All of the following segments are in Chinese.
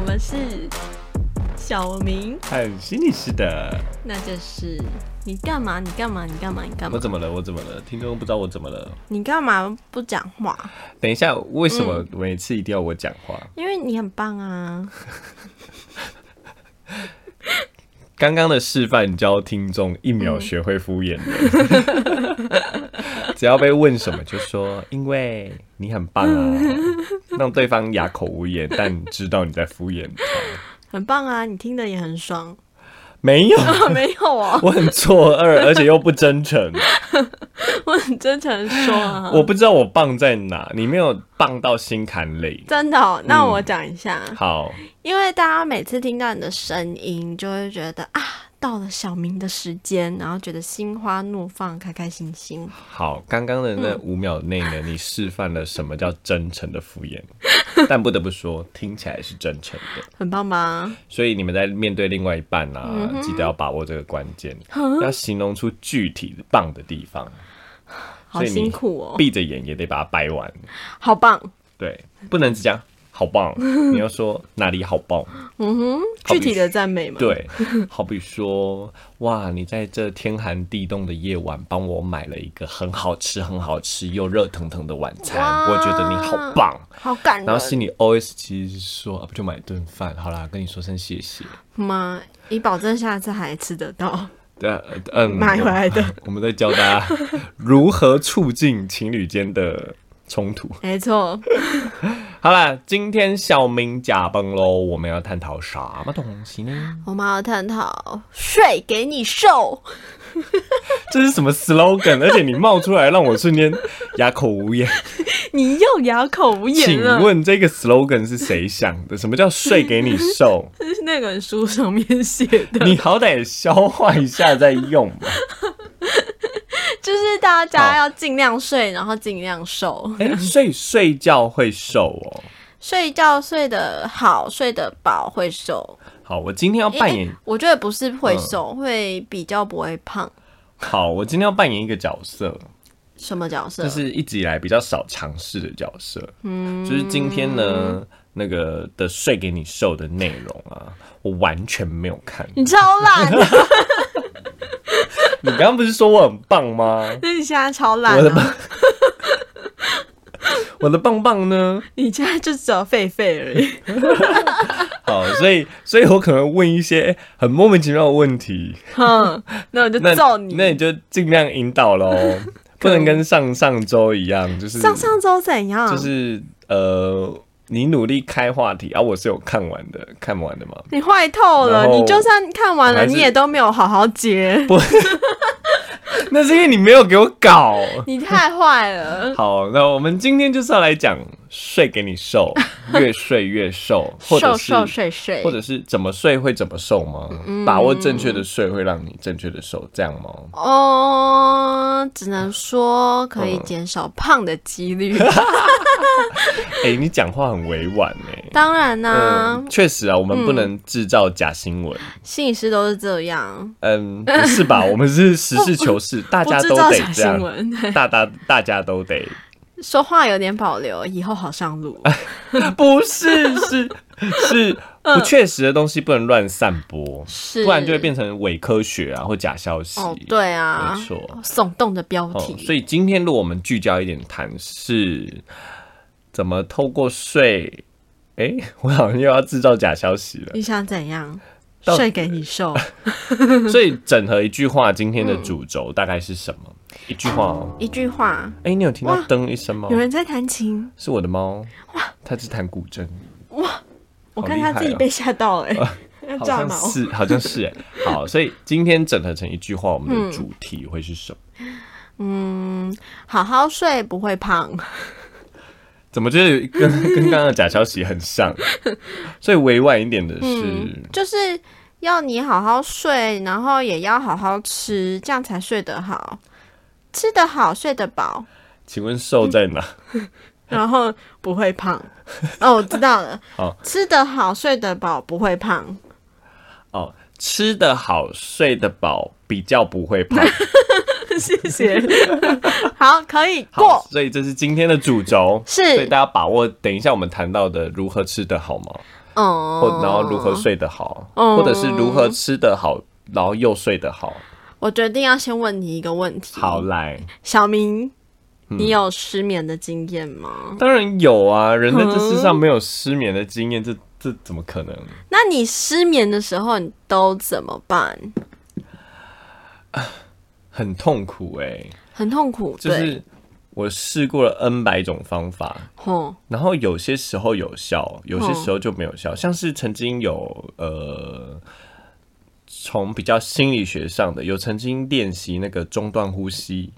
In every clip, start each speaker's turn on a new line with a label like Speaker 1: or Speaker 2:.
Speaker 1: 们是小明，
Speaker 2: 还有心理师的。
Speaker 1: 那就是你干嘛？你干嘛？你干嘛？你干
Speaker 2: 我
Speaker 1: 嘛？
Speaker 2: 怎么了？我怎么了？听众不知道我怎么了。
Speaker 1: 你干嘛不讲话？
Speaker 2: 等一下，为什么每次一定要我讲话？
Speaker 1: 因为你很棒啊！
Speaker 2: 刚刚的示范教听众一秒学会敷衍的， 只要被问什么就说“因为你很棒 啊”，让对方哑口无言，但知道你在敷衍他。
Speaker 1: 很棒啊！你听的也很 爽。
Speaker 2: 没有，
Speaker 1: 没有哦，
Speaker 2: 我很错愕，而且又不真诚。
Speaker 1: 我很真诚地说啊。
Speaker 2: 我不知道我棒在哪，你没有棒到心坎里。
Speaker 1: 真的、
Speaker 2: 嗯
Speaker 1: 哦，那我讲一下，
Speaker 2: 好，
Speaker 1: 因为大家每次听到你的声音，就会觉得啊，到了小明的时间，然后觉得心花怒放，开开心心。
Speaker 2: 好，刚刚的
Speaker 1: 嗯
Speaker 2: 那五秒内呢，你示范了什么叫真诚的敷衍， 但不得不说，听起来是真诚的。
Speaker 1: 很棒吧？
Speaker 2: 所以你们在面对另外一半
Speaker 1: 嗯
Speaker 2: 啊，记得要把握这个关键，要形容出具体棒的地方，
Speaker 1: 好
Speaker 2: 所以你
Speaker 1: 辛苦哦，
Speaker 2: 闭着眼也得把它掰完。
Speaker 1: 好棒！
Speaker 2: 对，不能只讲 好棒，你要说哪里好棒。好
Speaker 1: 具体的赞美嘛。，
Speaker 2: 对，好比说，哇，你在这天寒地冻的夜晚，帮我买了一个很好吃、很好吃又热腾腾的晚餐，
Speaker 1: 哇
Speaker 2: 我觉得你好棒。
Speaker 1: 好感
Speaker 2: 然
Speaker 1: 人
Speaker 2: 后心里 OS 其实是说啊，不就买顿饭好啦，跟你说声谢谢。
Speaker 1: 妈，你保证下次还吃得到
Speaker 2: 对，嗯，
Speaker 1: 买回来的？
Speaker 2: 我们在教 大家如何促进情侣间的冲突。
Speaker 1: 没错，
Speaker 2: 好啦，今天小明假崩喽，我们要探讨什么东西呢？
Speaker 1: 我们要探讨睡给你瘦，
Speaker 2: 这是什么 slogan？而且你冒出来，让我瞬间哑口 无言。
Speaker 1: 你又哑口无言
Speaker 2: 请
Speaker 1: 了。
Speaker 2: 问这个 slogan 是谁想的？什么叫睡给你 瘦？
Speaker 1: 这是那本书上面写的，
Speaker 2: 你好歹消化一下再用吧。
Speaker 1: 就是大家
Speaker 2: 好
Speaker 1: 要尽量睡，然后尽量瘦，
Speaker 2: 哎、睡睡觉会瘦哦。
Speaker 1: 睡觉睡得好，睡得饱会瘦。
Speaker 2: 好，我今天要扮演嗯
Speaker 1: 诶我觉得不是会瘦，会比较不会胖。
Speaker 2: 好，我今天要扮演一个角色，
Speaker 1: 什么角色？
Speaker 2: 就是一直以来比较少尝试的角色。嗯，就是今天呢，那个的睡给你瘦的内容啊，我完全没有看。
Speaker 1: 你超懒 的，
Speaker 2: 你刚刚不是说我很棒吗？
Speaker 1: 那你现在超懒
Speaker 2: 我的
Speaker 1: 的、
Speaker 2: 棒，我的棒棒呢？
Speaker 1: 你现在就只有狒狒而已。
Speaker 2: 好，所以，所以我可能问一些很莫名其妙的问题，
Speaker 1: 哼，嗯那我就
Speaker 2: 那
Speaker 1: 揍你。
Speaker 2: 那你就尽量引 导喽，不能跟上上周一样，就是
Speaker 1: 上上周怎样？
Speaker 2: 就是呃，你努力开话题啊，我是有看完的，看完的嘛，
Speaker 1: 你坏透了，
Speaker 2: 然后
Speaker 1: 你就算看完了，
Speaker 2: 还是
Speaker 1: 你也都没有好好接，
Speaker 2: 那是因为你没有给我搞。
Speaker 1: 你太坏了。
Speaker 2: 好，那我们今天就是要来讲睡给你瘦，越睡越瘦， 或者
Speaker 1: 瘦
Speaker 2: 是
Speaker 1: 瘦嗯睡睡
Speaker 2: 或，者是怎么睡会怎么瘦吗？把握正确的睡会让你正确的瘦，这样 吗？
Speaker 1: 哦，只能说可以减少胖的几率。
Speaker 2: 嗯哎、你讲话很委婉哎、
Speaker 1: 当然啦、
Speaker 2: 嗯，确实啊，我们不能制造假新闻。
Speaker 1: 心理师都是这样，
Speaker 2: 嗯，不是 吧？我们是实事求是，大
Speaker 1: 不
Speaker 2: 家
Speaker 1: 制
Speaker 2: 都
Speaker 1: 造
Speaker 2: 得
Speaker 1: 假
Speaker 2: 这
Speaker 1: 新
Speaker 2: 样，
Speaker 1: 闻，
Speaker 2: 大大大家都得，
Speaker 1: 说话有点保留，以后好上 路。
Speaker 2: 不是是是
Speaker 1: 嗯
Speaker 2: 不确实的东西不能乱散播，
Speaker 1: 是，
Speaker 2: 不然就会变成伪科学啊或假消息。
Speaker 1: 哦，对啊，
Speaker 2: 没错
Speaker 1: 耸动的标
Speaker 2: 哦
Speaker 1: 题。
Speaker 2: 所以今天如果我们聚焦一点谈是怎么透过睡，哎、 我好像又要制造假消息了。
Speaker 1: 你想怎样？
Speaker 2: 到
Speaker 1: 睡给你 瘦，嗯
Speaker 2: 所以整合一句话，今天的主轴大概是什么？一句话哦。
Speaker 1: 一句话，
Speaker 2: 哎、你有听到
Speaker 1: 哇
Speaker 2: 噔一声吗
Speaker 1: 有？人在弹琴，
Speaker 2: 是我的猫，它是弹古筝，
Speaker 1: 我
Speaker 2: 好
Speaker 1: 看
Speaker 2: 厉
Speaker 1: 他
Speaker 2: 害
Speaker 1: 自己
Speaker 2: 哦
Speaker 1: 被吓到了、欸， 要
Speaker 2: 好
Speaker 1: 炸
Speaker 2: 像
Speaker 1: 毛。
Speaker 2: 是，好像是哎。好，所以今天整合成一句话，我们
Speaker 1: 嗯
Speaker 2: 的主题会是什么？
Speaker 1: 好好睡不会胖，
Speaker 2: 怎么觉得跟跟刚刚的假消息很 像？所以委婉一点的
Speaker 1: 嗯
Speaker 2: 是，
Speaker 1: 就是要你好好睡，然后也要好好吃，这样才睡得好，吃得好，睡得 饱，
Speaker 2: 请问瘦在哪？
Speaker 1: 然后不会 胖。哦，我知道了，
Speaker 2: 好
Speaker 1: 吃得好，睡得饱，不会胖。
Speaker 2: 哦，吃得好，睡得饱，比较不会胖。
Speaker 1: 谢谢。 好，可以
Speaker 2: 好
Speaker 1: 过，。
Speaker 2: 所以这是今天的主轴，
Speaker 1: 是
Speaker 2: 所以大家把握。等一下我们谈到的如何吃得好吗？
Speaker 1: 哦，
Speaker 2: 或然后如何睡得好，
Speaker 1: 哦
Speaker 2: 或者是如何吃得好，然后又睡得好。
Speaker 1: 我决定要先问你一个问题。
Speaker 2: 好，嗯来，
Speaker 1: 小明，你有失眠的经验吗？
Speaker 2: 当然有啊，人在这世上
Speaker 1: 嗯
Speaker 2: 没有失眠的经验，这这怎么可能？
Speaker 1: 那你失眠的时候你都怎么办？
Speaker 2: 很痛苦哎、
Speaker 1: 很痛苦，
Speaker 2: 就
Speaker 1: 对，
Speaker 2: 是我试过了 N 百种方法，
Speaker 1: 吼，
Speaker 2: 然后有些时候有效，有些时候就没有
Speaker 1: 嗯
Speaker 2: 效。像是曾经有呃，从比较心理学上的，有曾经练习那个中断呼吸，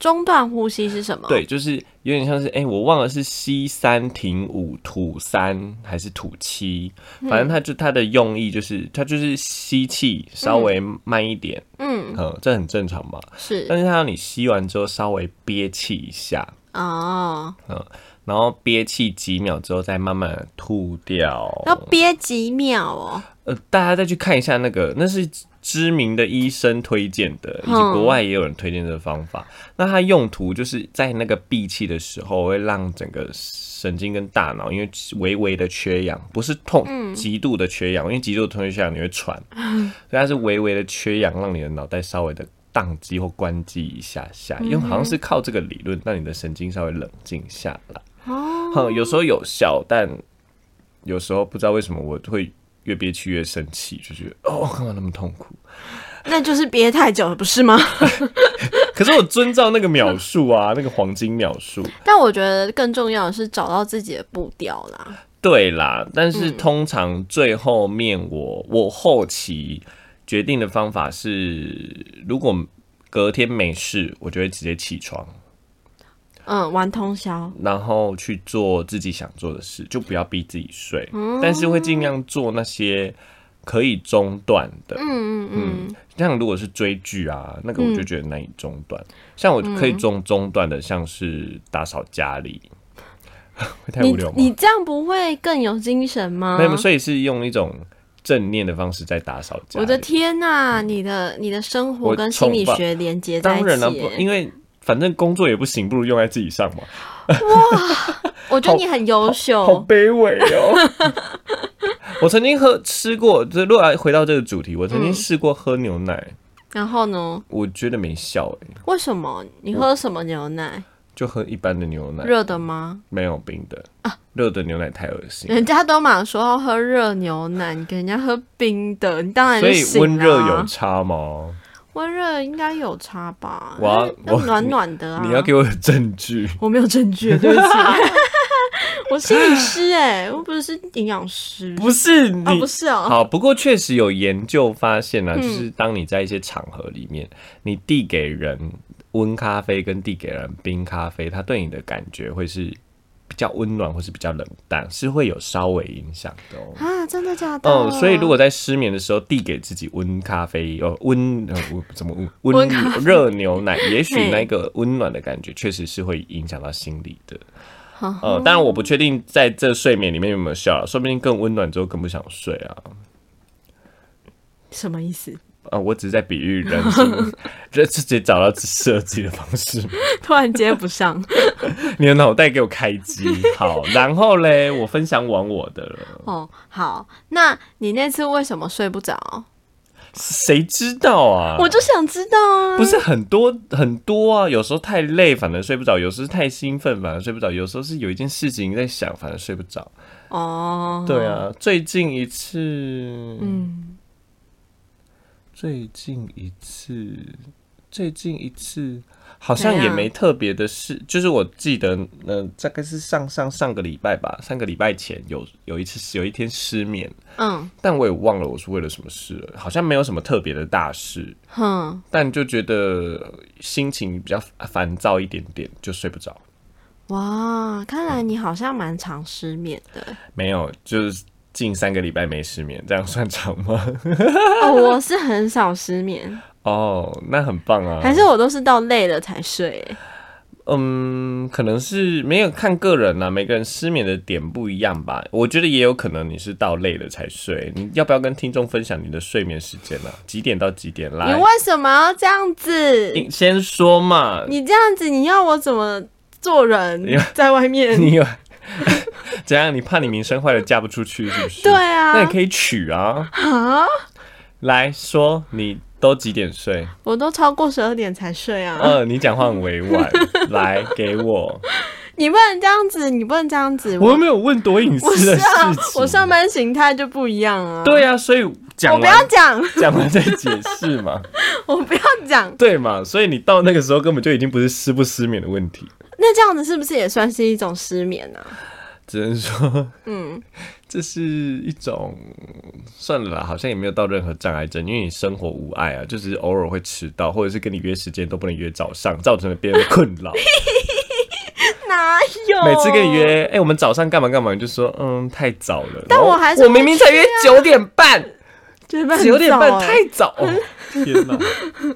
Speaker 1: 中断呼吸是什么？
Speaker 2: 对，就是有点像是哎、我忘了是吸三停五吐三还是吐七，
Speaker 1: 嗯
Speaker 2: 反正它就它的用意就是它就是吸气稍微慢一点，
Speaker 1: 嗯，
Speaker 2: 嗯，这很正常嘛。
Speaker 1: 是
Speaker 2: 但是它让你吸完之后稍微憋气一下，
Speaker 1: 哦，
Speaker 2: 然后憋气几秒之后再慢慢地吐掉。
Speaker 1: 要憋几秒哦。
Speaker 2: 呃，大家再去看一下那个，那是知名的医生推荐的，以及
Speaker 1: 嗯
Speaker 2: 国外也有人推荐这个方法。那它用途就是在那个闭气的时候，会让整个神经跟大脑因为微微的缺氧，不是痛极度的缺氧，因为极度的缺氧你会喘，所以它是微微的缺氧，让你的脑袋稍微的。宕机或关机一下下，因为好像是靠这个理论让你的神经稍微冷静下来。哼，有时候有效，但有时候不知道为什么我会越憋屈越生气，就觉得哦，干嘛那么痛苦？
Speaker 1: 那就是憋太久了，不是吗？
Speaker 2: 可是我遵照那个秒数啊， 那个黄金秒数，
Speaker 1: 但我觉得更重要的是找到自己的步调啦。
Speaker 2: 对啦。但是通常最后面我我后期决定的方法是，如果隔天没事，我就会直接起床，
Speaker 1: 嗯，玩通宵，
Speaker 2: 然后去做自己想做的事，就不要逼自己睡，但是会尽量做那些可以中断的。
Speaker 1: 嗯嗯嗯，
Speaker 2: 像如果是追剧啊，那个
Speaker 1: 嗯
Speaker 2: 我就觉得难以中断。像我可以中中断的，像是打扫家里， 会太无聊
Speaker 1: 你
Speaker 2: 吗？
Speaker 1: 你啊这样不会更有精神吗？
Speaker 2: 没有，所以是用一种正念的方式在打扫家
Speaker 1: 我的
Speaker 2: 里。
Speaker 1: 天呐、你的你的生活
Speaker 2: 嗯我
Speaker 1: 跟心理
Speaker 2: 崇拜
Speaker 1: 学连接在一
Speaker 2: 当然
Speaker 1: 起
Speaker 2: 了，不
Speaker 1: 耶，
Speaker 2: 因为反正工作也不行，不如用在自己上嘛。
Speaker 1: 我觉得你很优
Speaker 2: 好
Speaker 1: 秀。
Speaker 2: 卑微哦。 我曾经喝吃过，这如果要回到这个主题，我曾
Speaker 1: 嗯
Speaker 2: 经试过喝牛奶，
Speaker 1: 然后呢？
Speaker 2: 我觉得没效哎、
Speaker 1: 为什么你喝什么牛奶？
Speaker 2: 就喝一般的牛奶，
Speaker 1: 热啊的吗？
Speaker 2: 没有冰的热的牛奶太恶 心了。
Speaker 1: 人家都嘛说要喝热牛奶，你给人家喝冰的，你当然
Speaker 2: 所
Speaker 1: 就
Speaker 2: 以
Speaker 1: 醒啊
Speaker 2: 温热有
Speaker 1: 啦
Speaker 2: 差吗？
Speaker 1: 温热应该有差吧？
Speaker 2: 我要
Speaker 1: 那
Speaker 2: 我
Speaker 1: 暖暖的啊。
Speaker 2: 你要给我有证据。
Speaker 1: 我没有证据， 对不起。我心理师哎、我不是营养师
Speaker 2: 不是
Speaker 1: 啊，
Speaker 2: 你
Speaker 1: 不是哦。
Speaker 2: 好，不过确实有研究发现啊，就是当你在一些场合里面，你递给人温咖啡跟递给人冰咖啡，它对你的感觉会是比较温暖或是比较冷淡，是会有稍微影响的哦。
Speaker 1: 啊，真的假的？
Speaker 2: 哦，所以如果在失眠的时候递给自己温咖啡，哦，温呃我怎 么温
Speaker 1: 温
Speaker 2: 温
Speaker 1: 咖
Speaker 2: 热牛 奶，也许
Speaker 1: 嘿
Speaker 2: 那个温暖的感觉确实是会影响到心理的。呃，当然我不确定在这睡眠里面有没有效啊，说不定更温暖之后更不想睡啊。
Speaker 1: 什么意思？
Speaker 2: 呃，我只是在比喻人性，这自己找到适合自己的方式。
Speaker 1: 突然接不上。
Speaker 2: 嗯你的脑袋给我开机，好，然后嘞，我分享完我的了，
Speaker 1: 哦，好，那你那次为什么睡不着？
Speaker 2: 啊谁知道啊？
Speaker 1: 我就想知道啊。
Speaker 2: 不是很多很多啊，有时候太累反而睡不着，有时候太兴奋反而睡不着，有时候是有一件事情在想反而睡不着。
Speaker 1: 哦，
Speaker 2: 对，啊，最近一次，嗯，最近一次，最近一次好像
Speaker 1: 怎
Speaker 2: 也
Speaker 1: 样
Speaker 2: 没特别的事，就是我记得，呃，大概是上上上个礼拜吧，上个礼拜前有有一次有一天失眠，
Speaker 1: 嗯
Speaker 2: 但我也忘了我是为了什么事了，好像没有什么特别的大事，
Speaker 1: 哼，
Speaker 2: 但就觉得心情比较烦躁一点点，就睡不着。
Speaker 1: 哇，看来
Speaker 2: 嗯
Speaker 1: 你好像蛮常失眠的。
Speaker 2: 没有，就是近三个礼拜没失眠，这样算长吗？
Speaker 1: 哦，我是很少失眠，
Speaker 2: 哦，那很棒啊。
Speaker 1: 还是我都是到累了才睡、欸
Speaker 2: 嗯，可能是没有看个人啦、每个人失眠的点不一样吧。我觉得也有可能你是到累了才睡。你要不要跟听众分享你的睡眠时间呢、啊？几点到几点？
Speaker 1: 你
Speaker 2: 来，
Speaker 1: 为什么要这样子？
Speaker 2: 哎你先说嘛。
Speaker 1: 你这样子，你要我怎么做人
Speaker 2: 因为？
Speaker 1: 在外面，
Speaker 2: 你有 怎样？你怕你名声坏了嫁不出去是不是？
Speaker 1: 对啊
Speaker 2: 那你可以娶啊。
Speaker 1: 啊，
Speaker 2: 来说，你都几点睡？
Speaker 1: 我都超过十二点才睡 啊！
Speaker 2: 呃，你讲话很委 婉。来，给我，
Speaker 1: 你不能这样子，你不能这样子。
Speaker 2: 我又没有问多隐
Speaker 1: 我
Speaker 2: 私的
Speaker 1: 上
Speaker 2: 事情。
Speaker 1: 我上班形态就不一样啊。，
Speaker 2: 对啊，所以
Speaker 1: 我
Speaker 2: 讲
Speaker 1: 不要
Speaker 2: 完
Speaker 1: 讲，
Speaker 2: 讲完再解释嘛，
Speaker 1: 我不要讲。
Speaker 2: 对嘛？所以你到那个时候根本就已经不是失不失眠的问题，
Speaker 1: 那这样子是不是也算是一种失眠呢、啊？
Speaker 2: 只能说
Speaker 1: 嗯，
Speaker 2: 这是一种算了啦，好像也没有到任何障碍症，因为你生活无碍啊，就只是偶尔会迟到，或者是跟你约时间都不能约早上，造成了别人的困 扰。
Speaker 1: 哪有？
Speaker 2: 每次跟你，约，哎、我们早上干嘛干嘛，你就说嗯太早了。
Speaker 1: 但
Speaker 2: 然后
Speaker 1: 我还是
Speaker 2: 我
Speaker 1: 会啊
Speaker 2: 明明才约九点半，九
Speaker 1: 九
Speaker 2: 点
Speaker 1: 点
Speaker 2: 半
Speaker 1: 半
Speaker 2: 太早。
Speaker 1: 啊
Speaker 2: 哦、天哪！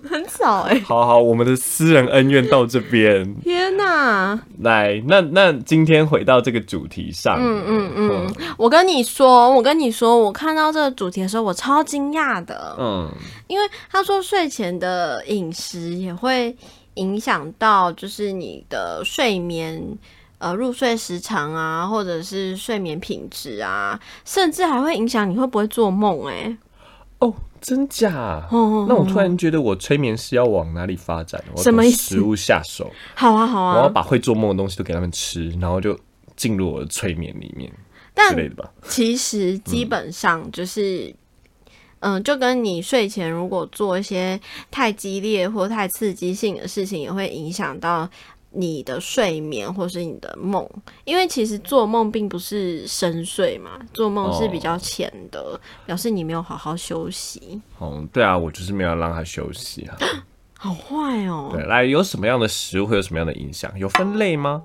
Speaker 1: 很早哎、
Speaker 2: 好好，我们的私人恩怨到这边。
Speaker 1: 天哪！
Speaker 2: 来，那那今天回到这个主题上，嗯嗯嗯
Speaker 1: 我跟你说，我跟你说，我看到这个主题的时候，我超惊讶的，
Speaker 2: 嗯，
Speaker 1: 因为他说睡前的饮食也会影响到，就是你的睡眠。呃，入睡时长啊，或者是睡眠品质啊，甚至还会影响你会不会做梦、欸。哎，
Speaker 2: 哦，真假？
Speaker 1: 哦
Speaker 2: 那我突然觉得我催眠是要往哪里发展？我要
Speaker 1: 什么
Speaker 2: 从
Speaker 1: 意思
Speaker 2: 食物下手，
Speaker 1: 好啊，好
Speaker 2: 我要
Speaker 1: 啊。
Speaker 2: 把会做梦的东西都给他们吃，然后就进入我的催眠里面之
Speaker 1: 但
Speaker 2: 类的吧。
Speaker 1: 其实基本上就是，嗯、就跟你睡前如果做一些太激烈或太刺激性的事情，也会影响到你的睡眠或是你的梦。因为其实做梦并不是深睡嘛，做梦是比较浅的，表示你没有好好休息。
Speaker 2: 哦，对啊，我就是没有让他休息啊。
Speaker 1: 好坏哦！
Speaker 2: 对，来，有什么样的食物会有什么样的影响？有分类吗？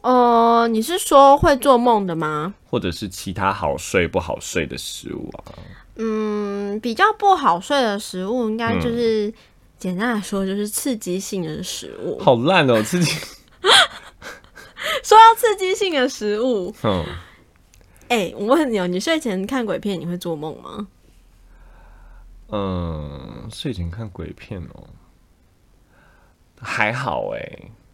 Speaker 1: 呃，你是说会做梦的吗？
Speaker 2: 或者是其他好睡不好睡的食物啊？
Speaker 1: 嗯，比较不好睡的食物，应该就是、简单来说就是刺激性的食物。
Speaker 2: 好烂哦，自己，
Speaker 1: 说到刺激性的食物，
Speaker 2: 嗯，
Speaker 1: 哎、我问你哦，你睡前看鬼片你会做梦吗？
Speaker 2: 嗯，睡前看鬼片哦，还好哎、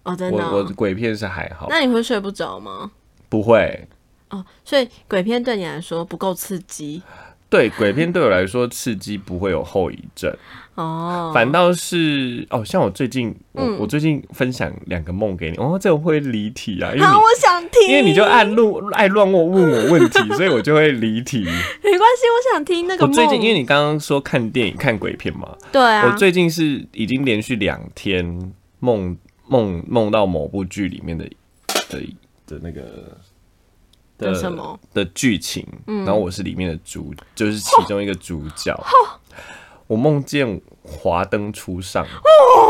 Speaker 1: 哦，真的
Speaker 2: 我我
Speaker 1: 哦、
Speaker 2: 鬼片是还好，
Speaker 1: 那你会睡不着吗？
Speaker 2: 不会。
Speaker 1: 哦，所以鬼片对你来说不够刺激
Speaker 2: 对鬼片对我来说刺激不会有后遗症，
Speaker 1: 哦。嗯
Speaker 2: 反倒是哦，像我最近我、我最近分享两个梦给你，哦，这个会离题啊，因为
Speaker 1: 好，
Speaker 2: 你
Speaker 1: 我想听，
Speaker 2: 因为你就爱乱爱乱问问我问题，所以我就会 离题。
Speaker 1: 没关系，我想听那个
Speaker 2: 我
Speaker 1: 梦。
Speaker 2: 最近因为你刚刚说看电影看鬼片嘛，
Speaker 1: 对啊，
Speaker 2: 我最近是已经连续两天梦梦梦到某部剧里面的的的那个
Speaker 1: 的什么嗯
Speaker 2: 的剧情，然后我是里面的主，就是其中一个主角。
Speaker 1: 哦
Speaker 2: 我梦见华灯初上，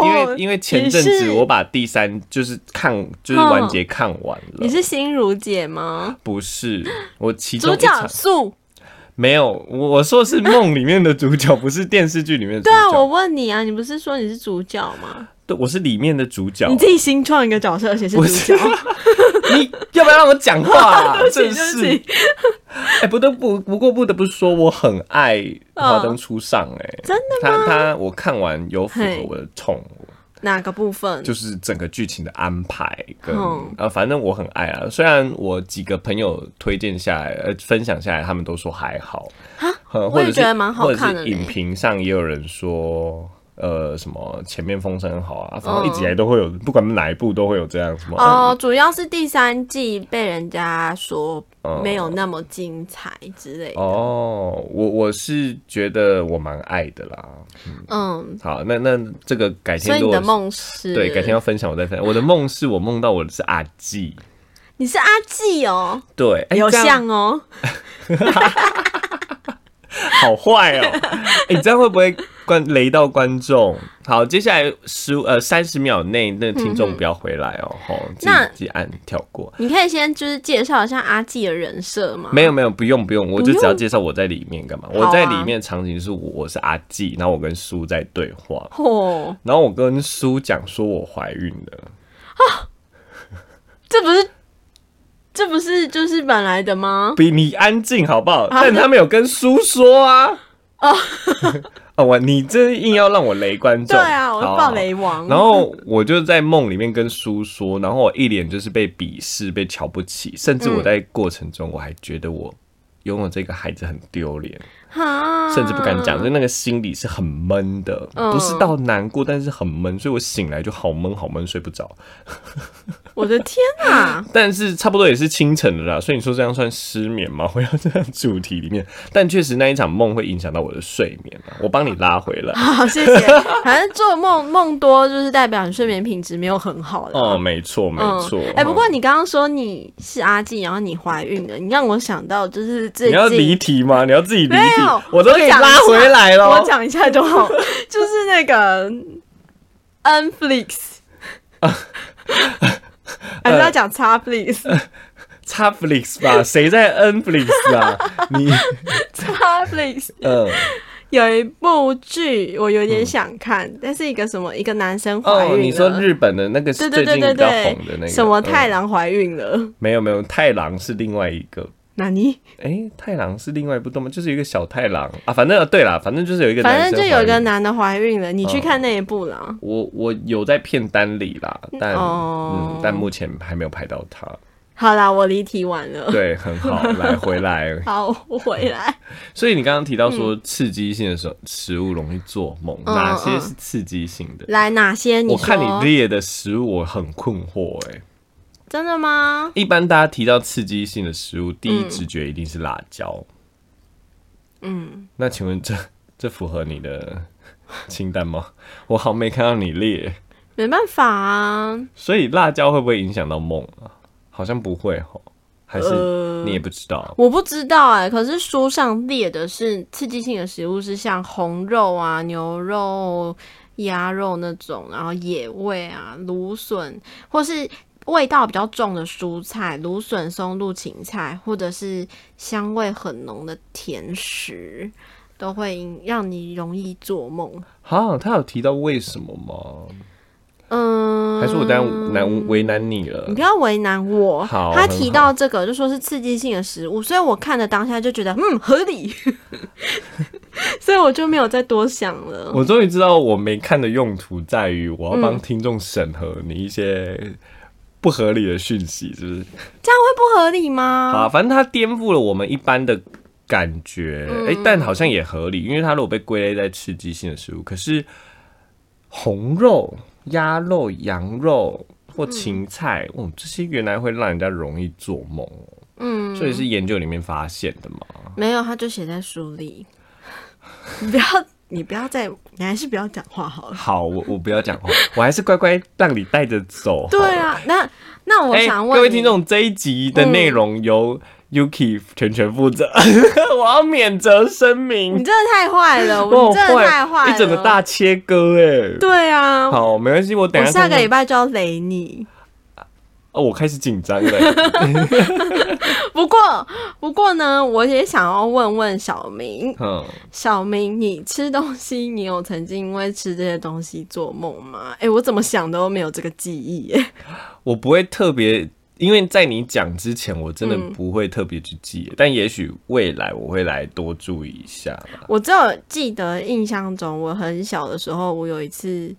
Speaker 2: 因为因为前阵
Speaker 1: 哦你
Speaker 2: 子
Speaker 1: 是嗯
Speaker 2: 我把第三就是看就是完结看完了
Speaker 1: 你，是心如姐吗？
Speaker 2: 不是我其中
Speaker 1: 主
Speaker 2: 一场
Speaker 1: 角素
Speaker 2: 没有，我我说是梦里面的主角，不是电视剧里面的主
Speaker 1: 对啊，我
Speaker 2: 角。
Speaker 1: 问你啊，你不是说你是主角吗？
Speaker 2: 对，我是里面的主角。
Speaker 1: 你自己新创一个角色，而且是主
Speaker 2: 不是
Speaker 1: 角，
Speaker 2: 你要不要让我讲话、啊？
Speaker 1: 对
Speaker 2: 真
Speaker 1: 不起
Speaker 2: 是
Speaker 1: 对不起，
Speaker 2: 哎、不得不不过不得不说，我很爱《华灯初上、哎、
Speaker 1: 真
Speaker 2: 的吗？他他我看完有符合
Speaker 1: 嘿
Speaker 2: 我的痛，
Speaker 1: 哪个部分？
Speaker 2: 就是整个剧情的安排跟
Speaker 1: 嗯
Speaker 2: 啊，反正我很爱啊。虽然我几个朋友推荐下来，呃，分享下来，他们都说还好，呃
Speaker 1: 我
Speaker 2: 或
Speaker 1: 也
Speaker 2: 者是
Speaker 1: 觉得蛮好
Speaker 2: 或者
Speaker 1: 看的
Speaker 2: 是
Speaker 1: 呢
Speaker 2: 影评上也有人说。呃，什么前面风声很好啊，反正
Speaker 1: 嗯
Speaker 2: 一直以来都会有，不管哪一部都会有这样什么。
Speaker 1: 哦，主要是第三季被人家说
Speaker 2: 哦
Speaker 1: 没有那么精彩之类的。
Speaker 2: 哦，我我是觉得我蛮爱的啦。
Speaker 1: 嗯，
Speaker 2: 好，那那这个改
Speaker 1: 所
Speaker 2: 天
Speaker 1: 以
Speaker 2: 如
Speaker 1: 你
Speaker 2: 果
Speaker 1: 的梦是
Speaker 2: 对改天要分享，我再分享。我的梦是我梦到我的是阿纪，
Speaker 1: 你是阿纪哦，
Speaker 2: 对，哎
Speaker 1: 有
Speaker 2: 这样
Speaker 1: 像哦，
Speaker 2: 好坏哦！ 哎、这样会不会观雷到观众？好，接下来十呃三十秒内，那听众不要回来哦，吼、自己
Speaker 1: 嗯那
Speaker 2: 自己按跳过。
Speaker 1: 你可以先就是介绍一下阿纪的人设吗？
Speaker 2: 没有没有，不用不用，我
Speaker 1: 不
Speaker 2: 就
Speaker 1: 用
Speaker 2: 只要介绍我在里面干嘛。
Speaker 1: 好
Speaker 2: 我
Speaker 1: 啊
Speaker 2: 在里面的场景是我我是阿纪，然后我跟苏在对话，
Speaker 1: 哦，
Speaker 2: 然后我跟苏讲说我怀孕了，
Speaker 1: 这不是这不是就是本来的吗？
Speaker 2: 比你安静好不好？
Speaker 1: 好的
Speaker 2: 但他没有跟苏说啊。
Speaker 1: 啊哦
Speaker 2: 哦，我你这硬要让我雷观众，
Speaker 1: 对啊，我是
Speaker 2: 好
Speaker 1: 暴。雷王。
Speaker 2: 然后我就在梦里面跟叔说，然后我一脸就是被鄙视、被瞧不起，甚至
Speaker 1: 嗯
Speaker 2: 我在过程中我还觉得我拥有这个孩子很丢脸，
Speaker 1: 哈，
Speaker 2: 甚至不敢讲，就那个心里是很闷的，
Speaker 1: 啊嗯
Speaker 2: 不是到难过，但是很闷，所以我醒来就好闷好闷，睡不着。
Speaker 1: 我的天啊！
Speaker 2: 但是差不多也是清晨的啦，所以你说这样算失眠吗？ 回到这样主题里面，但确实那一场梦会影响到我的睡眠啊。我帮你拉回来。
Speaker 1: 好，谢谢。反正做梦梦多就是代表你睡眠品质没有很好的。
Speaker 2: 哦，没错，没错。哦嗯
Speaker 1: 哎、不过你刚刚说你是阿纪，然后你怀孕了，你让我想到就是最
Speaker 2: 你
Speaker 1: 近
Speaker 2: 要离哦题吗？你要自己离
Speaker 1: 没
Speaker 2: 题
Speaker 1: 有，
Speaker 2: 我都给你
Speaker 1: 讲一
Speaker 2: 拉
Speaker 1: 下
Speaker 2: 回来
Speaker 1: 我
Speaker 2: 了。
Speaker 1: 讲一下就 好，就是那个 Netflix，还哎是要
Speaker 2: 呃
Speaker 1: 讲 Xflix，Xflix
Speaker 2: 插 flix 吧，谁在 n flix 啊？ 你嗯，
Speaker 1: 有一部剧我有点想看，但是一个什么一个男生怀
Speaker 2: 嗯哦，
Speaker 1: 孕
Speaker 2: 你说
Speaker 1: 了
Speaker 2: 日本的那个是
Speaker 1: 对
Speaker 2: 最
Speaker 1: 对
Speaker 2: 近
Speaker 1: 对对
Speaker 2: 比较
Speaker 1: 对
Speaker 2: 红的那个，
Speaker 1: 什么
Speaker 2: 嗯
Speaker 1: 太？郎怀孕了？
Speaker 2: 没有没有，太郎是另外一个。
Speaker 1: 那你
Speaker 2: 哎，太郎是另外一部动漫，就是有一个小太郎啊。反正呃对啦，反正就是有一个男
Speaker 1: 反
Speaker 2: 生怀
Speaker 1: 正
Speaker 2: 孕，
Speaker 1: 就有一个男的怀孕了，你去
Speaker 2: 嗯
Speaker 1: 看那一部啦。
Speaker 2: 我我有在片单里啦，但、
Speaker 1: 哦
Speaker 2: 嗯，但目前还没有排到他。
Speaker 1: 好啦，我离题完了。
Speaker 2: 对，很好，来回来。
Speaker 1: 好，我回来。
Speaker 2: 所以你刚刚提到说刺激性的时候，食物容易做梦，
Speaker 1: 嗯
Speaker 2: 哪些是刺激性的？
Speaker 1: 来哪些你
Speaker 2: 我
Speaker 1: 说？
Speaker 2: 看你列的食物，我很困惑哎、
Speaker 1: 真的吗？
Speaker 2: 一般大家提到刺激性的食物，第
Speaker 1: 嗯
Speaker 2: 一直觉一定是辣椒。嗯，那请问这这符合你的清单吗？我好没看到你列，
Speaker 1: 没办法啊，
Speaker 2: 所以辣椒会不会影响到梦啊？好像不会吼，还是
Speaker 1: 呃
Speaker 2: 你也不知道？
Speaker 1: 我不知道哎、可是书上列的是刺激性的食物是像红肉啊、牛肉、啊鸭肉那种，然后野味啊、芦笋，或是味道比较重的蔬菜，芦笋、松露、芹菜，或者是香味很浓的甜食，都会引让你容易做梦。
Speaker 2: 哈，他有提到为什么吗？
Speaker 1: 嗯，
Speaker 2: 还是我当难为难你了
Speaker 1: 你？不要为难我。
Speaker 2: 好
Speaker 1: 他
Speaker 2: 很
Speaker 1: 提
Speaker 2: 好
Speaker 1: 到这个，就说是刺激性的食物，所以我看的当下就觉得，嗯，合理， 所以我就没有再多想了。
Speaker 2: 我终于知道我没看的用途在于我要帮听众审核你一些不合理的讯息，是不是？
Speaker 1: 这样会不合理
Speaker 2: 好
Speaker 1: 吗？
Speaker 2: 啊，反正它颠覆了我们一般的感觉，
Speaker 1: 嗯
Speaker 2: 哎、但好像也合理，因为它如果被归类在刺激性的食物，可是红肉、鸭肉、羊肉或芹菜，哦，这些原来会让人家容易做梦哦，
Speaker 1: 嗯，
Speaker 2: 所以是研究里面发现的嘛。
Speaker 1: 没有，他就写在书里。你不要，你不要再，你还是不要讲话好了。
Speaker 2: 好，我我不要讲话，我还是乖乖让你带着走。
Speaker 1: 对，啊，那那我
Speaker 2: 哎、
Speaker 1: 想问、嗯
Speaker 2: 各位听，众，这一集的内容由 Yuki 全权负责， 我要免责声明
Speaker 1: 你。真的太坏 了，
Speaker 2: 哇
Speaker 1: 我真的太坏了，
Speaker 2: 哦一整个大切割哎。
Speaker 1: 对啊，
Speaker 2: 好，没关系，我等
Speaker 1: 我
Speaker 2: 一
Speaker 1: 下
Speaker 2: 下
Speaker 1: 个礼
Speaker 2: 拜
Speaker 1: 拜就要雷你。
Speaker 2: 哦，我开始紧 张了。
Speaker 1: 不过，不过呢，我也想要问问小明，
Speaker 2: 嗯，
Speaker 1: 小明，你吃东西，你有曾经因为吃这些东西做梦吗？哎、我怎么想都没有这个记忆耶。
Speaker 2: 我不会特别，因为在你讲之前，我真的
Speaker 1: 嗯
Speaker 2: 不会特别去记，但也许未来我会来多注意一下啦。
Speaker 1: 我只有记得印象中，我很小的时候，我有一次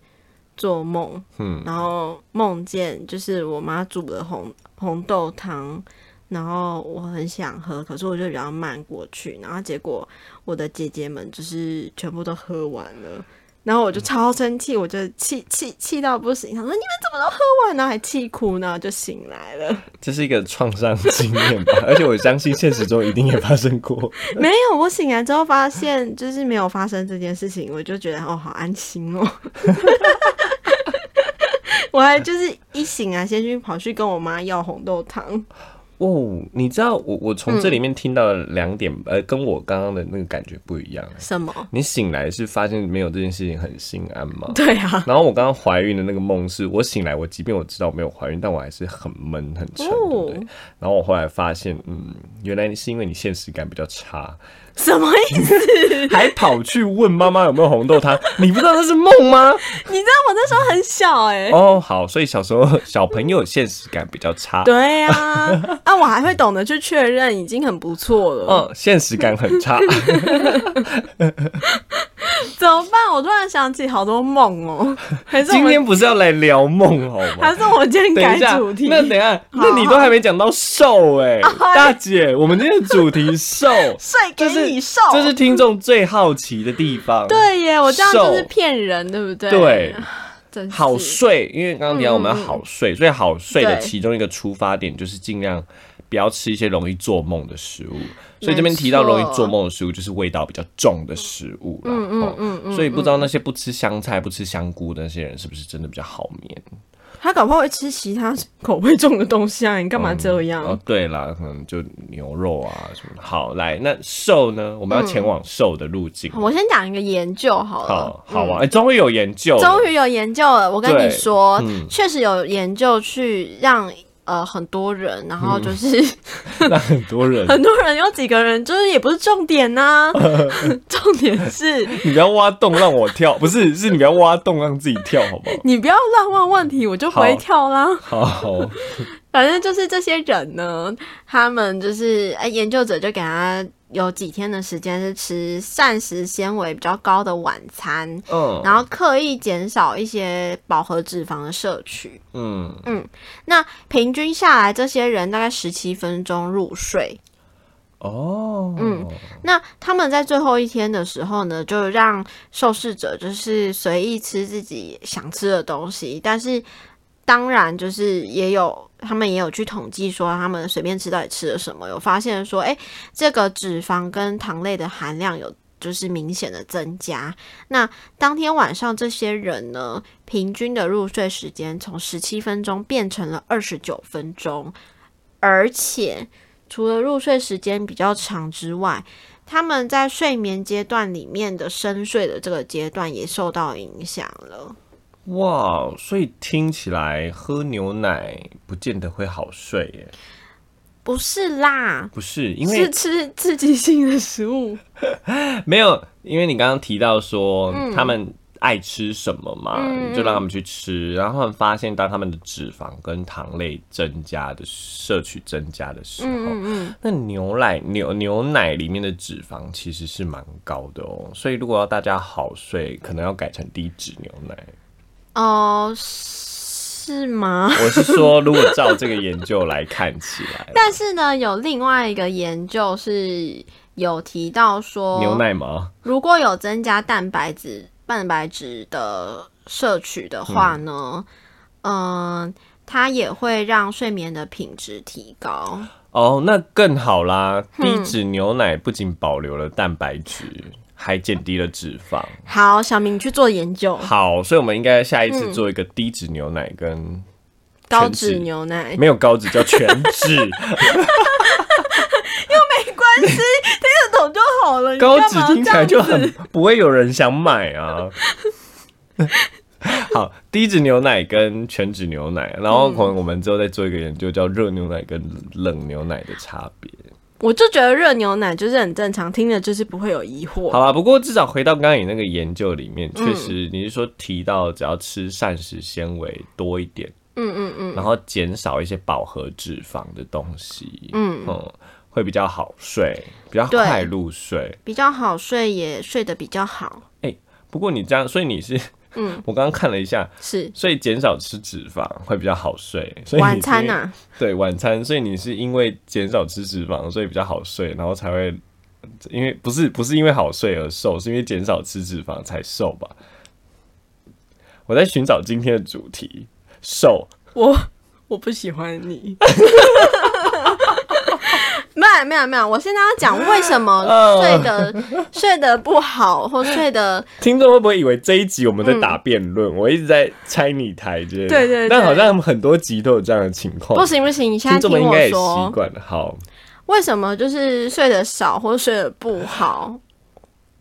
Speaker 1: 做梦，
Speaker 2: 嗯，
Speaker 1: 然后梦见就是我妈煮的红红豆汤，然后我很想喝，可是我就比较慢过去，然后结果我的姐姐们就是全部都喝完了。然后我就超生气，我就气气气到不行，想说你们怎么都喝完了，还气哭呢，就醒来了。
Speaker 2: 这是一个创伤经 验吧，而且我相信现实中一定也发生过。
Speaker 1: 没有，我醒来之后发现就是没有发生这件事情，我就觉得哦，好安心哦。 我还就是一醒来，先去跑去跟我妈要红豆汤。
Speaker 2: 哦，你知道我我从这里面听到了两点，
Speaker 1: 嗯
Speaker 2: 呃，跟我刚刚的那个感觉不一样。
Speaker 1: 什么？
Speaker 2: 你醒来是发现没有这件事情很心安吗？
Speaker 1: 对啊，
Speaker 2: 然后我刚刚怀孕的那个梦是，我醒来，我即便我知道我没有怀孕，但我还是很闷很沉，对不对
Speaker 1: 哦？
Speaker 2: 然后我后来发现，嗯，原来是因为你现实感比 较差，
Speaker 1: 什么意 思？
Speaker 2: 还跑去问妈妈有没有红豆汤，你不知道那是梦吗？
Speaker 1: 你知道我那时候很小哎、
Speaker 2: 哦，好，所以小时候小朋友现实感比较差，
Speaker 1: 对呀、啊，啊，我还会懂得去确
Speaker 2: 哦 嗯
Speaker 1: 认，已经很不错了。
Speaker 2: 嗯，现实感很差。
Speaker 1: 怎么办？我突然想起好多梦 哦，还是我
Speaker 2: 今
Speaker 1: 们
Speaker 2: 天不是要来聊梦好
Speaker 1: 还
Speaker 2: 吗？
Speaker 1: 是我今天
Speaker 2: 等一
Speaker 1: 改
Speaker 2: 下
Speaker 1: 主，题？啊
Speaker 2: 那等一下，那你都还没讲到瘦哎、大姐，我们今天的主题 瘦，
Speaker 1: 睡给
Speaker 2: 就是
Speaker 1: 你瘦，
Speaker 2: 这是听众最好奇的地方。，
Speaker 1: 对耶，我这样就是
Speaker 2: 瘦
Speaker 1: 骗人，对不对？
Speaker 2: 对，
Speaker 1: 真 是
Speaker 2: 好睡，因为刚刚提到我们要
Speaker 1: 嗯嗯嗯
Speaker 2: 好睡，所以好睡的
Speaker 1: 对
Speaker 2: 其中一个出发点就是尽量不要吃一些容易做梦的食物。所以这边
Speaker 1: 没
Speaker 2: 提到容易
Speaker 1: 错
Speaker 2: 做梦的食物，就是味道比较重的食物啦。
Speaker 1: 嗯嗯
Speaker 2: 哦
Speaker 1: 嗯嗯，
Speaker 2: 所以不知道那些不吃香菜、不吃香菇的那些人，是不是真的比较好眠？
Speaker 1: 他搞不好会吃其他口味重的东西啊，你干嘛这样？
Speaker 2: 哦，对啦，可能就牛肉啊什么的。好，来，那瘦呢？我们要前往瘦的路径。
Speaker 1: 我先讲一个研究好了。
Speaker 2: 好好啊，哎，终于有研究了，
Speaker 1: 终于有研究了，我跟
Speaker 2: 对
Speaker 1: 你说
Speaker 2: 嗯，
Speaker 1: 确、实有研究去让呃很多人，然
Speaker 2: 嗯
Speaker 1: 后就是、，
Speaker 2: 那很多人
Speaker 1: 很多人有几个人，就是也不是重点呐、 重点是
Speaker 2: 你不要挖洞让我跳，不是，是你不要挖洞让自己跳，好不好？
Speaker 1: 你不要乱问问题，我就不会
Speaker 2: 好
Speaker 1: 跳啦。
Speaker 2: 好好，
Speaker 1: 反正就是这些人呢，他们就是哎、研究者就给他有几天的时间是吃膳食纤维比较高的晚餐，
Speaker 2: 嗯
Speaker 1: 然后刻意减少一些饱和脂肪的摄取。
Speaker 2: 嗯，
Speaker 1: 那平均下来，这些人大概十七分钟入睡。
Speaker 2: 哦，嗯，
Speaker 1: 那他们在最后一天的时候呢，就让受试者就是随意吃自己想吃的东西，但是当然就是也有他们也有去统计说他们随便吃到底吃了什么，有发现说，哎、这个脂肪跟糖类的含量有。就是明显的增加。那当天晚上，这些人呢，平均的入睡时间从十七分钟变成了二十九分钟，而且除了入睡时间比较长之外，他们在睡眠阶段里面的深睡的这个阶段也受到影响了。
Speaker 2: 哇，所以听起来喝牛奶不见得会好睡耶，
Speaker 1: 不是啦，
Speaker 2: 不是因为
Speaker 1: 是吃刺激性的食物。
Speaker 2: 没有，因为你刚刚提到说、
Speaker 1: 嗯
Speaker 2: 他们爱吃什么嘛，你就让他们去吃，然后他们发现当他们的脂肪跟糖类增加的摄取增加的时候，
Speaker 1: 嗯
Speaker 2: 那牛奶牛牛奶里面的脂肪其实是蛮高的哦，所以如果要大家好睡，可能要改成低脂牛奶。
Speaker 1: 嗯，哦、是吗？
Speaker 2: 我是说，如果照这个研究来看起来，
Speaker 1: 但是呢，有另外一个研究是有提到说，
Speaker 2: 牛奶吗？
Speaker 1: 如果有增加蛋白质、蛋白质的摄取的话呢，嗯、它也会让睡眠的品质提高。
Speaker 2: 哦，那更好啦，低脂牛奶不仅保留了蛋白质，还减低了脂肪。
Speaker 1: 好，小明你去做研究，
Speaker 2: 好，所以我们应该下一次做一个低脂牛奶跟
Speaker 1: 高
Speaker 2: 全脂
Speaker 1: 脂牛奶。
Speaker 2: 没有高脂叫全脂，
Speaker 1: 懂就好 了。你
Speaker 2: 高
Speaker 1: 干
Speaker 2: 脂
Speaker 1: 嘛
Speaker 2: 听起来
Speaker 1: 这
Speaker 2: 就
Speaker 1: 样子
Speaker 2: 很不会有人想买啊。好，低脂牛奶跟全脂牛奶，
Speaker 1: 嗯
Speaker 2: 然后可能我们之后再做一个研究，叫热牛奶跟冷牛奶的差别。
Speaker 1: 我就觉得热牛奶就是很正常，听着就是不会有疑惑。
Speaker 2: 好啦，不过至少回到刚刚你那个研究里面，
Speaker 1: 嗯
Speaker 2: 确实你是说提到只要吃膳食纤维多一点，
Speaker 1: 嗯嗯嗯，
Speaker 2: 然后减少一些饱和脂肪的东西，嗯会比较好睡，比较
Speaker 1: 对
Speaker 2: 快入睡。
Speaker 1: 比较好睡，也睡得比较好。
Speaker 2: 不过你这样，所以你是，嗯， 我刚刚看了一下，
Speaker 1: 是
Speaker 2: 所以减少吃脂肪会比较好睡。所以
Speaker 1: 晚餐
Speaker 2: 呐、
Speaker 1: 呐、啊，
Speaker 2: 对晚餐，所以你是因为减少吃脂肪，所以比较好睡，然后才会，因为不是不是因为好睡而瘦，是因为减少吃脂肪才瘦吧？我在寻找今天的主题，瘦。
Speaker 1: 我我不喜欢你。没有没有没有，我现在要讲为 什么
Speaker 2: 哦
Speaker 1: 睡得睡得不好或睡得
Speaker 2: 听众会不会以为这一集我们在打辩论？我一直在拆你台之类的。
Speaker 1: 嗯对对对
Speaker 2: 但好像很多集都有这样的情况。
Speaker 1: 不，行不行，你现在
Speaker 2: 哦
Speaker 1: 听
Speaker 2: 听众们应
Speaker 1: 我
Speaker 2: 该也习
Speaker 1: 说，
Speaker 2: 惯了。好，
Speaker 1: 为什么就是睡得少或睡得不好？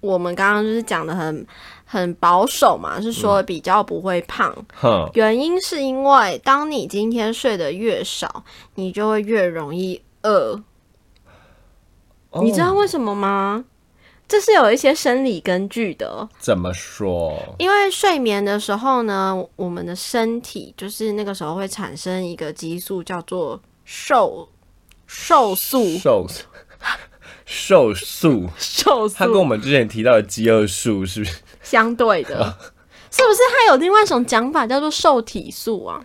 Speaker 1: 我们刚刚就是讲的很很保守嘛，是
Speaker 2: 嗯
Speaker 1: 说比较不会胖，
Speaker 2: 哼，
Speaker 1: 原因是因为当你今天睡得越少，你就会越容易饿。你知道
Speaker 2: 哦
Speaker 1: 为什么吗？这是有一些生理根据的，
Speaker 2: 怎么说？
Speaker 1: 因为睡眠的时候呢，我们的身体就是那个时候会产生一个激素，叫做瘦瘦素。
Speaker 2: 瘦瘦素，
Speaker 1: 瘦
Speaker 2: 它跟我
Speaker 1: 素
Speaker 2: 们之前提到的饥饿素是不是？
Speaker 1: 相对的， 是不是还有另外一种讲法叫做瘦体素啊？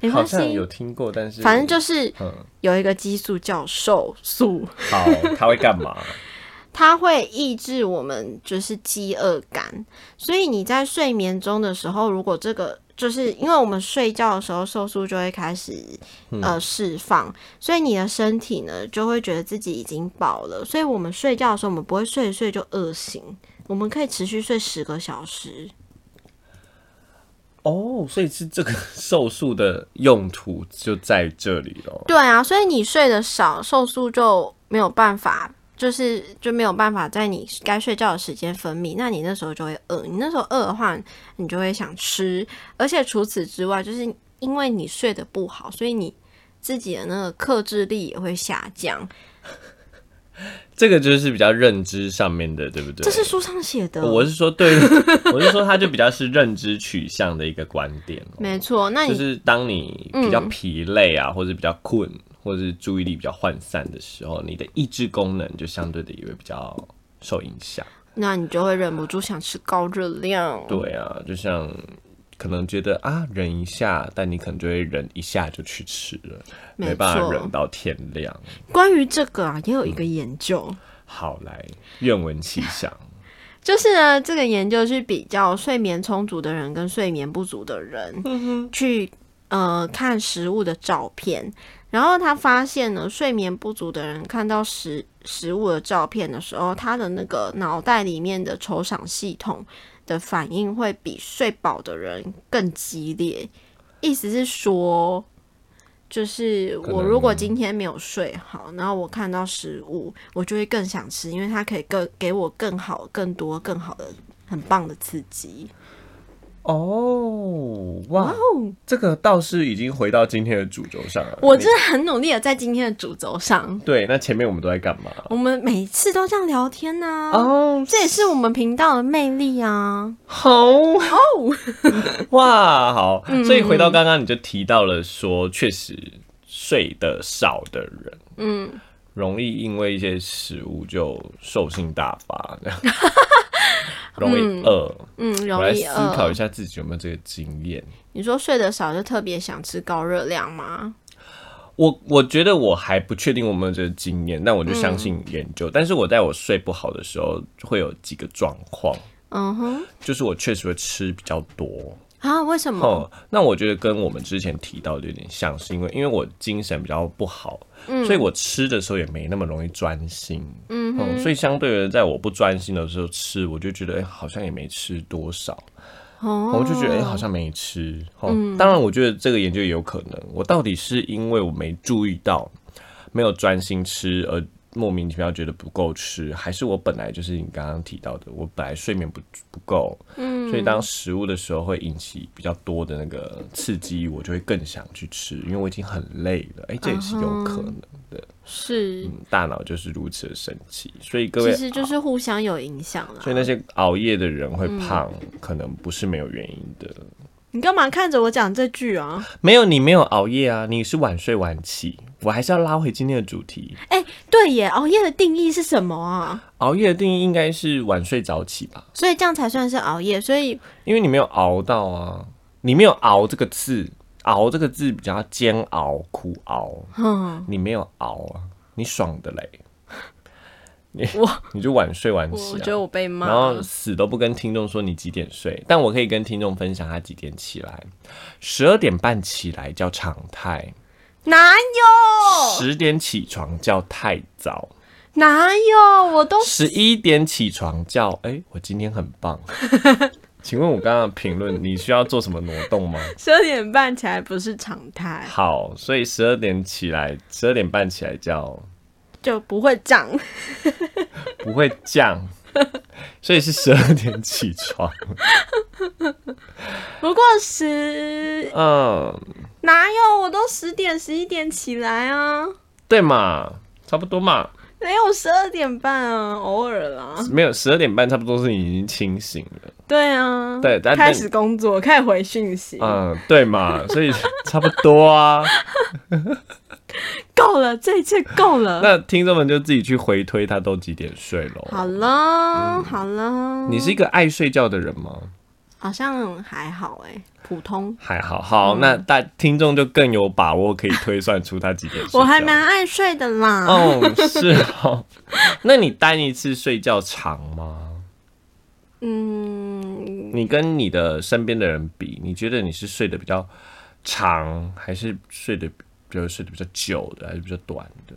Speaker 1: 没
Speaker 2: 好
Speaker 1: 关
Speaker 2: 像
Speaker 1: 系
Speaker 2: 有，听过，但是
Speaker 1: 反正就是
Speaker 2: 嗯，
Speaker 1: 有一个激素叫瘦素，
Speaker 2: 好，它会干 嘛？
Speaker 1: 它会抑制我们就是饥饿感，所以你在睡眠中的时候，如果这个就是因为我们睡觉的时候，瘦素就会开始呃释放，所以你的身体呢就会觉得自己已经饱了，所以我们睡觉的时候，我们不会睡一睡就饿醒，我们可以持续睡十个小时。
Speaker 2: 哦，所以是这个瘦素的用途就在这里咯。
Speaker 1: 对啊，所以你睡得少，瘦素就没有办法。就是就没有办法在你该睡觉的时间分泌，那你那时候就会饿。你那时候饿的话，你就会想吃。而且除此之外，就是因为你睡得不好，所以你自己的那个克制力也会下降。
Speaker 2: 这个就是比较认知上面的，对不对？
Speaker 1: 这是书上写的，
Speaker 2: 我是说对， 我是说它就比较是认知取向的一个观点咯。
Speaker 1: 没错。那
Speaker 2: 就
Speaker 1: 你、嗯
Speaker 2: 是当你比较疲累啊，或者比较困，或者是注意力比较涣散的时候，你的抑制功能就相对的也会比较受影响。
Speaker 1: 那你就会忍不住想吃高热量。
Speaker 2: 对啊，就像可能觉得啊忍一下，但你可能就会忍一下就去吃了，
Speaker 1: 没
Speaker 2: 没办法
Speaker 1: 错
Speaker 2: 忍到天亮。
Speaker 1: 关于这个啊，也有一个研究。
Speaker 2: 好来，愿闻其详。
Speaker 1: 就是呢，这个研究去比较睡眠充足的人跟睡眠不足的人，去呃看食物的照片，然后他发现呢，睡眠不足的人看到食食物的照片的时候，他的那个脑袋里面的酬赏系统的反应会比睡饱的人更激烈。意思是说，就是
Speaker 2: 可
Speaker 1: 我
Speaker 2: 能
Speaker 1: 如果今天没有睡好，然后我看到食物，我就会更想吃，因为它可以更给我更好、更多、更好的、很棒的刺激。
Speaker 2: 哦，哇，这个倒是已经回到今天的主轴上了。
Speaker 1: 我
Speaker 2: 你
Speaker 1: 真的很努力的在今天的主轴上，
Speaker 2: 对，那前面我们都在干嘛？
Speaker 1: 我们每次都这样聊天呢、
Speaker 2: 哦，
Speaker 1: 这也是我们频道的魅力啊！
Speaker 2: 好哦， 哇，好，
Speaker 1: 嗯
Speaker 2: 所以回到刚刚，你就提到了说，确实睡得少的人，嗯，容易因为一些食物就兽性大发， 这样容易饿。
Speaker 1: 嗯，
Speaker 2: 我
Speaker 1: 容
Speaker 2: 来
Speaker 1: 易
Speaker 2: 思考一
Speaker 1: 饿。
Speaker 2: 下自己有没有这个经验。
Speaker 1: 你说睡得少就特别想吃高热量吗？
Speaker 2: 我我觉得我还不确定我有没有这个经验，但我就相信研
Speaker 1: 嗯
Speaker 2: 究。但是我在我睡不好的时候，会有几个状况，
Speaker 1: 嗯哼，
Speaker 2: 就是我确实会吃比较多，
Speaker 1: 啊，为什么？
Speaker 2: 哦，那我觉得跟我们之前提到的有点像，是因为因为我精神比较不好，所以我吃的时候也没那么容易专心，嗯所以相对的，在我不专心的时候吃，我就觉得哎、好像也没吃多少，
Speaker 1: 哦嗯
Speaker 2: 我就觉得哎、好像没吃，哦，当然我觉得这个研究也有可能，我到底是因为我没注意到，没有专心吃而。莫名其妙觉得不够吃，还是我本来就是你刚刚提到的，我本来睡眠不不够，
Speaker 1: 嗯
Speaker 2: 所以当食物的时候会引起比较多的那个刺激，我就会更想去吃，因为我已经很累了。哎、这也是有可能
Speaker 1: 啊
Speaker 2: 的。
Speaker 1: 是，
Speaker 2: 嗯，大脑就是如此的神奇，所以各位
Speaker 1: 其，实就是互相有影响啦
Speaker 2: 所。以那些熬夜的人会
Speaker 1: 嗯
Speaker 2: 胖，可能不是没有原因的。
Speaker 1: 你干嘛看着我讲这句啊？
Speaker 2: 没有你没有熬夜啊，你是晚睡晚起。我还是要拉回今天的主题，
Speaker 1: 哎、对耶，熬夜的定义是什么啊？
Speaker 2: 熬夜的定义应该是晚睡早起吧，
Speaker 1: 所以这样才算是熬夜。所以
Speaker 2: 因为你没有熬到啊，你没有熬这个字，熬这个字比较煎熬、苦熬。
Speaker 1: 嗯，
Speaker 2: 你没有熬啊，你爽的嘞。你
Speaker 1: 我
Speaker 2: 你就晚睡晚
Speaker 1: 我
Speaker 2: 起、
Speaker 1: 我
Speaker 2: 啊
Speaker 1: 觉，得我被骂
Speaker 2: 然后
Speaker 1: 了。
Speaker 2: 死都不跟听众说你几点睡，但我可以跟听众分享他几点起来。十二点半起来叫常态，
Speaker 1: 哪有？
Speaker 2: 十点起床叫太早，
Speaker 1: 哪有？我都
Speaker 2: 十一点起床叫哎、我今天很棒。请问我刚刚的评论，你需要做什么挪动吗？
Speaker 1: 十二点半起来不是常态，
Speaker 2: 好，所以十二点起来，十二点半起来叫
Speaker 1: 就不会涨。
Speaker 2: 不会降，所以是十二点起床。
Speaker 1: 不过十
Speaker 2: 嗯，
Speaker 1: 哪有？我都十点十一点起来啊，
Speaker 2: 对嘛，差不多嘛，
Speaker 1: 没有十二点半啊，偶尔啦。
Speaker 2: 没有十二点半，差不多是你已经清醒了。
Speaker 1: 对啊，
Speaker 2: 对但嗯
Speaker 1: 开始工作，开始回讯息。
Speaker 2: 嗯，对嘛，所以差不多啊。
Speaker 1: 够了，这一次够了。
Speaker 2: 那听众们就自己去回推他都几点睡
Speaker 1: 好
Speaker 2: 了。
Speaker 1: 了，好了，
Speaker 2: 嗯你是一个爱睡觉的人吗？
Speaker 1: 好像还好哎、普通。
Speaker 2: 还好，好，
Speaker 1: 嗯
Speaker 2: 那大听众就更有把握可以推算出他几点睡觉。
Speaker 1: 我还蛮爱睡的啦，
Speaker 2: 啊哦，是哦。那你单一次睡觉长吗？
Speaker 1: 嗯，
Speaker 2: 你跟你的身边的人比，你觉得你是睡得比较长，还是睡得比如睡得比较久的，还是比较短的？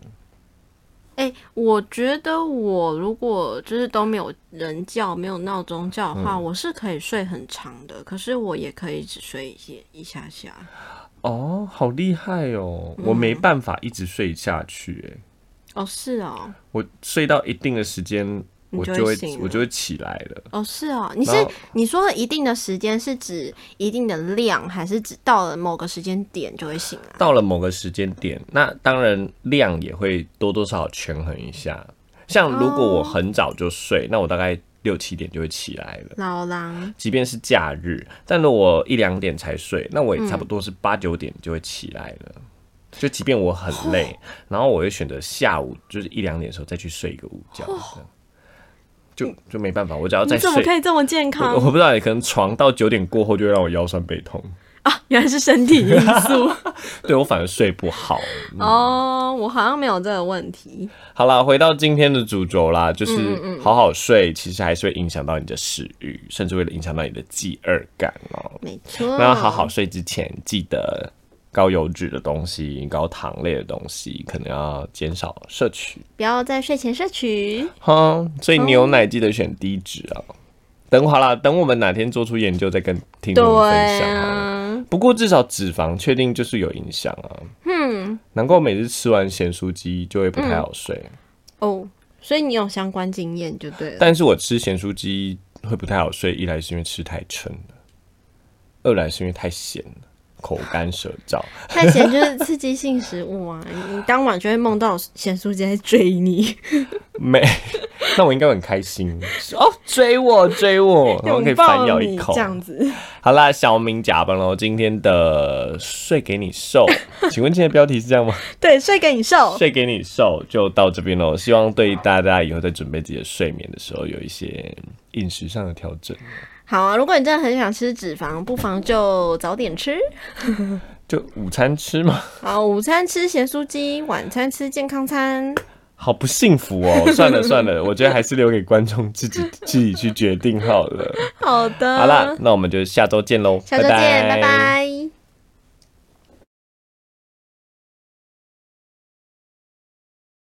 Speaker 1: 哎、我觉得我如果就是都没有人叫、没有闹钟叫的话，
Speaker 2: 嗯
Speaker 1: 我是可以睡很长的，可是我也可以只睡一些一下下。
Speaker 2: 哦，好厉害哦！
Speaker 1: 嗯
Speaker 2: 我没办法一直睡下去、欸，
Speaker 1: 哦，是哦，
Speaker 2: 我睡到一定的时间，
Speaker 1: 你
Speaker 2: 我
Speaker 1: 就
Speaker 2: 就
Speaker 1: 会
Speaker 2: 会
Speaker 1: 醒
Speaker 2: 我
Speaker 1: 了
Speaker 2: 就会起来了。
Speaker 1: 哦，是哦，你是
Speaker 2: 然后
Speaker 1: 你说的一定的时间是指一定的量，还是指到了某个时间点就会醒来？
Speaker 2: 到了某个时间点，那当然量也会多多少少权衡一下。像如果我很早就睡，那我大概六七点就会起来了。
Speaker 1: 老狼，
Speaker 2: 即便是假日，但如果我一两点才睡，那我也差不多是八九点就会起来了。就即便我很累，然后我会选择下午，就是一两点的时候再去睡一个午觉，这样就就没办法，我只要
Speaker 1: 你
Speaker 2: 再
Speaker 1: 怎么
Speaker 2: 睡。
Speaker 1: 可以这么健
Speaker 2: 我
Speaker 1: 康
Speaker 2: 我？不知道，可能床到九点过后就会让我腰酸背痛，
Speaker 1: 啊原来是身体
Speaker 2: 嗯
Speaker 1: 因素
Speaker 2: 对我反而睡不好。
Speaker 1: 哦，我好像没有这个问题。
Speaker 2: 好啦，回到今天的主轴啦，就是好好睡，其实还是会影响到你的食欲，甚至会影响到你的饥饿感哦。
Speaker 1: 没错，
Speaker 2: 那要好好睡之前，记得高油脂的东西、高糖类的东西，可能要减少摄取。
Speaker 1: 不要在睡前摄取。
Speaker 2: 哈，所以牛奶记得选低脂啊。等好啦，等我们哪天做出研究再跟听众们分享好了。
Speaker 1: 啊，
Speaker 2: 不过至少脂肪确定就是有影响啊。嗯，难怪我每次吃完咸酥鸡就会不太好睡，
Speaker 1: 哦，所以你有相关经验就对 了。
Speaker 2: 但是我吃咸酥鸡会不太好睡，一来是因为吃太撑了，二来是因为太咸了，口干舌燥。
Speaker 1: 太咸就是刺激性食物啊，你你当晚就会梦到咸酥鸡在追你，
Speaker 2: 没，那我应该很开心 哦，追我追 我，然后可以
Speaker 1: 拥
Speaker 2: 反
Speaker 1: 抱
Speaker 2: 咬一
Speaker 1: 你
Speaker 2: 口
Speaker 1: 这。样子。
Speaker 2: 好啦，小明假扮喽，今天的睡给 你瘦，请问今天的标题是这样吗？
Speaker 1: 对，睡给你瘦。
Speaker 2: 睡给你瘦就到这边喽，希望对大家以后在准备自己的睡眠的时候有一些饮食上的调整，
Speaker 1: 好啊，如果你真的很想吃脂肪，不妨就早点吃。
Speaker 2: 就午餐吃嘛，
Speaker 1: 好，午餐吃咸酥鸡，晚餐吃健康餐。
Speaker 2: 好不幸福 哦。算了算了，我觉得还是留给观众自己自己去决定好了。
Speaker 1: 好的，
Speaker 2: 嗯好啦，，那我们就下周见喽，
Speaker 1: 下周见，拜拜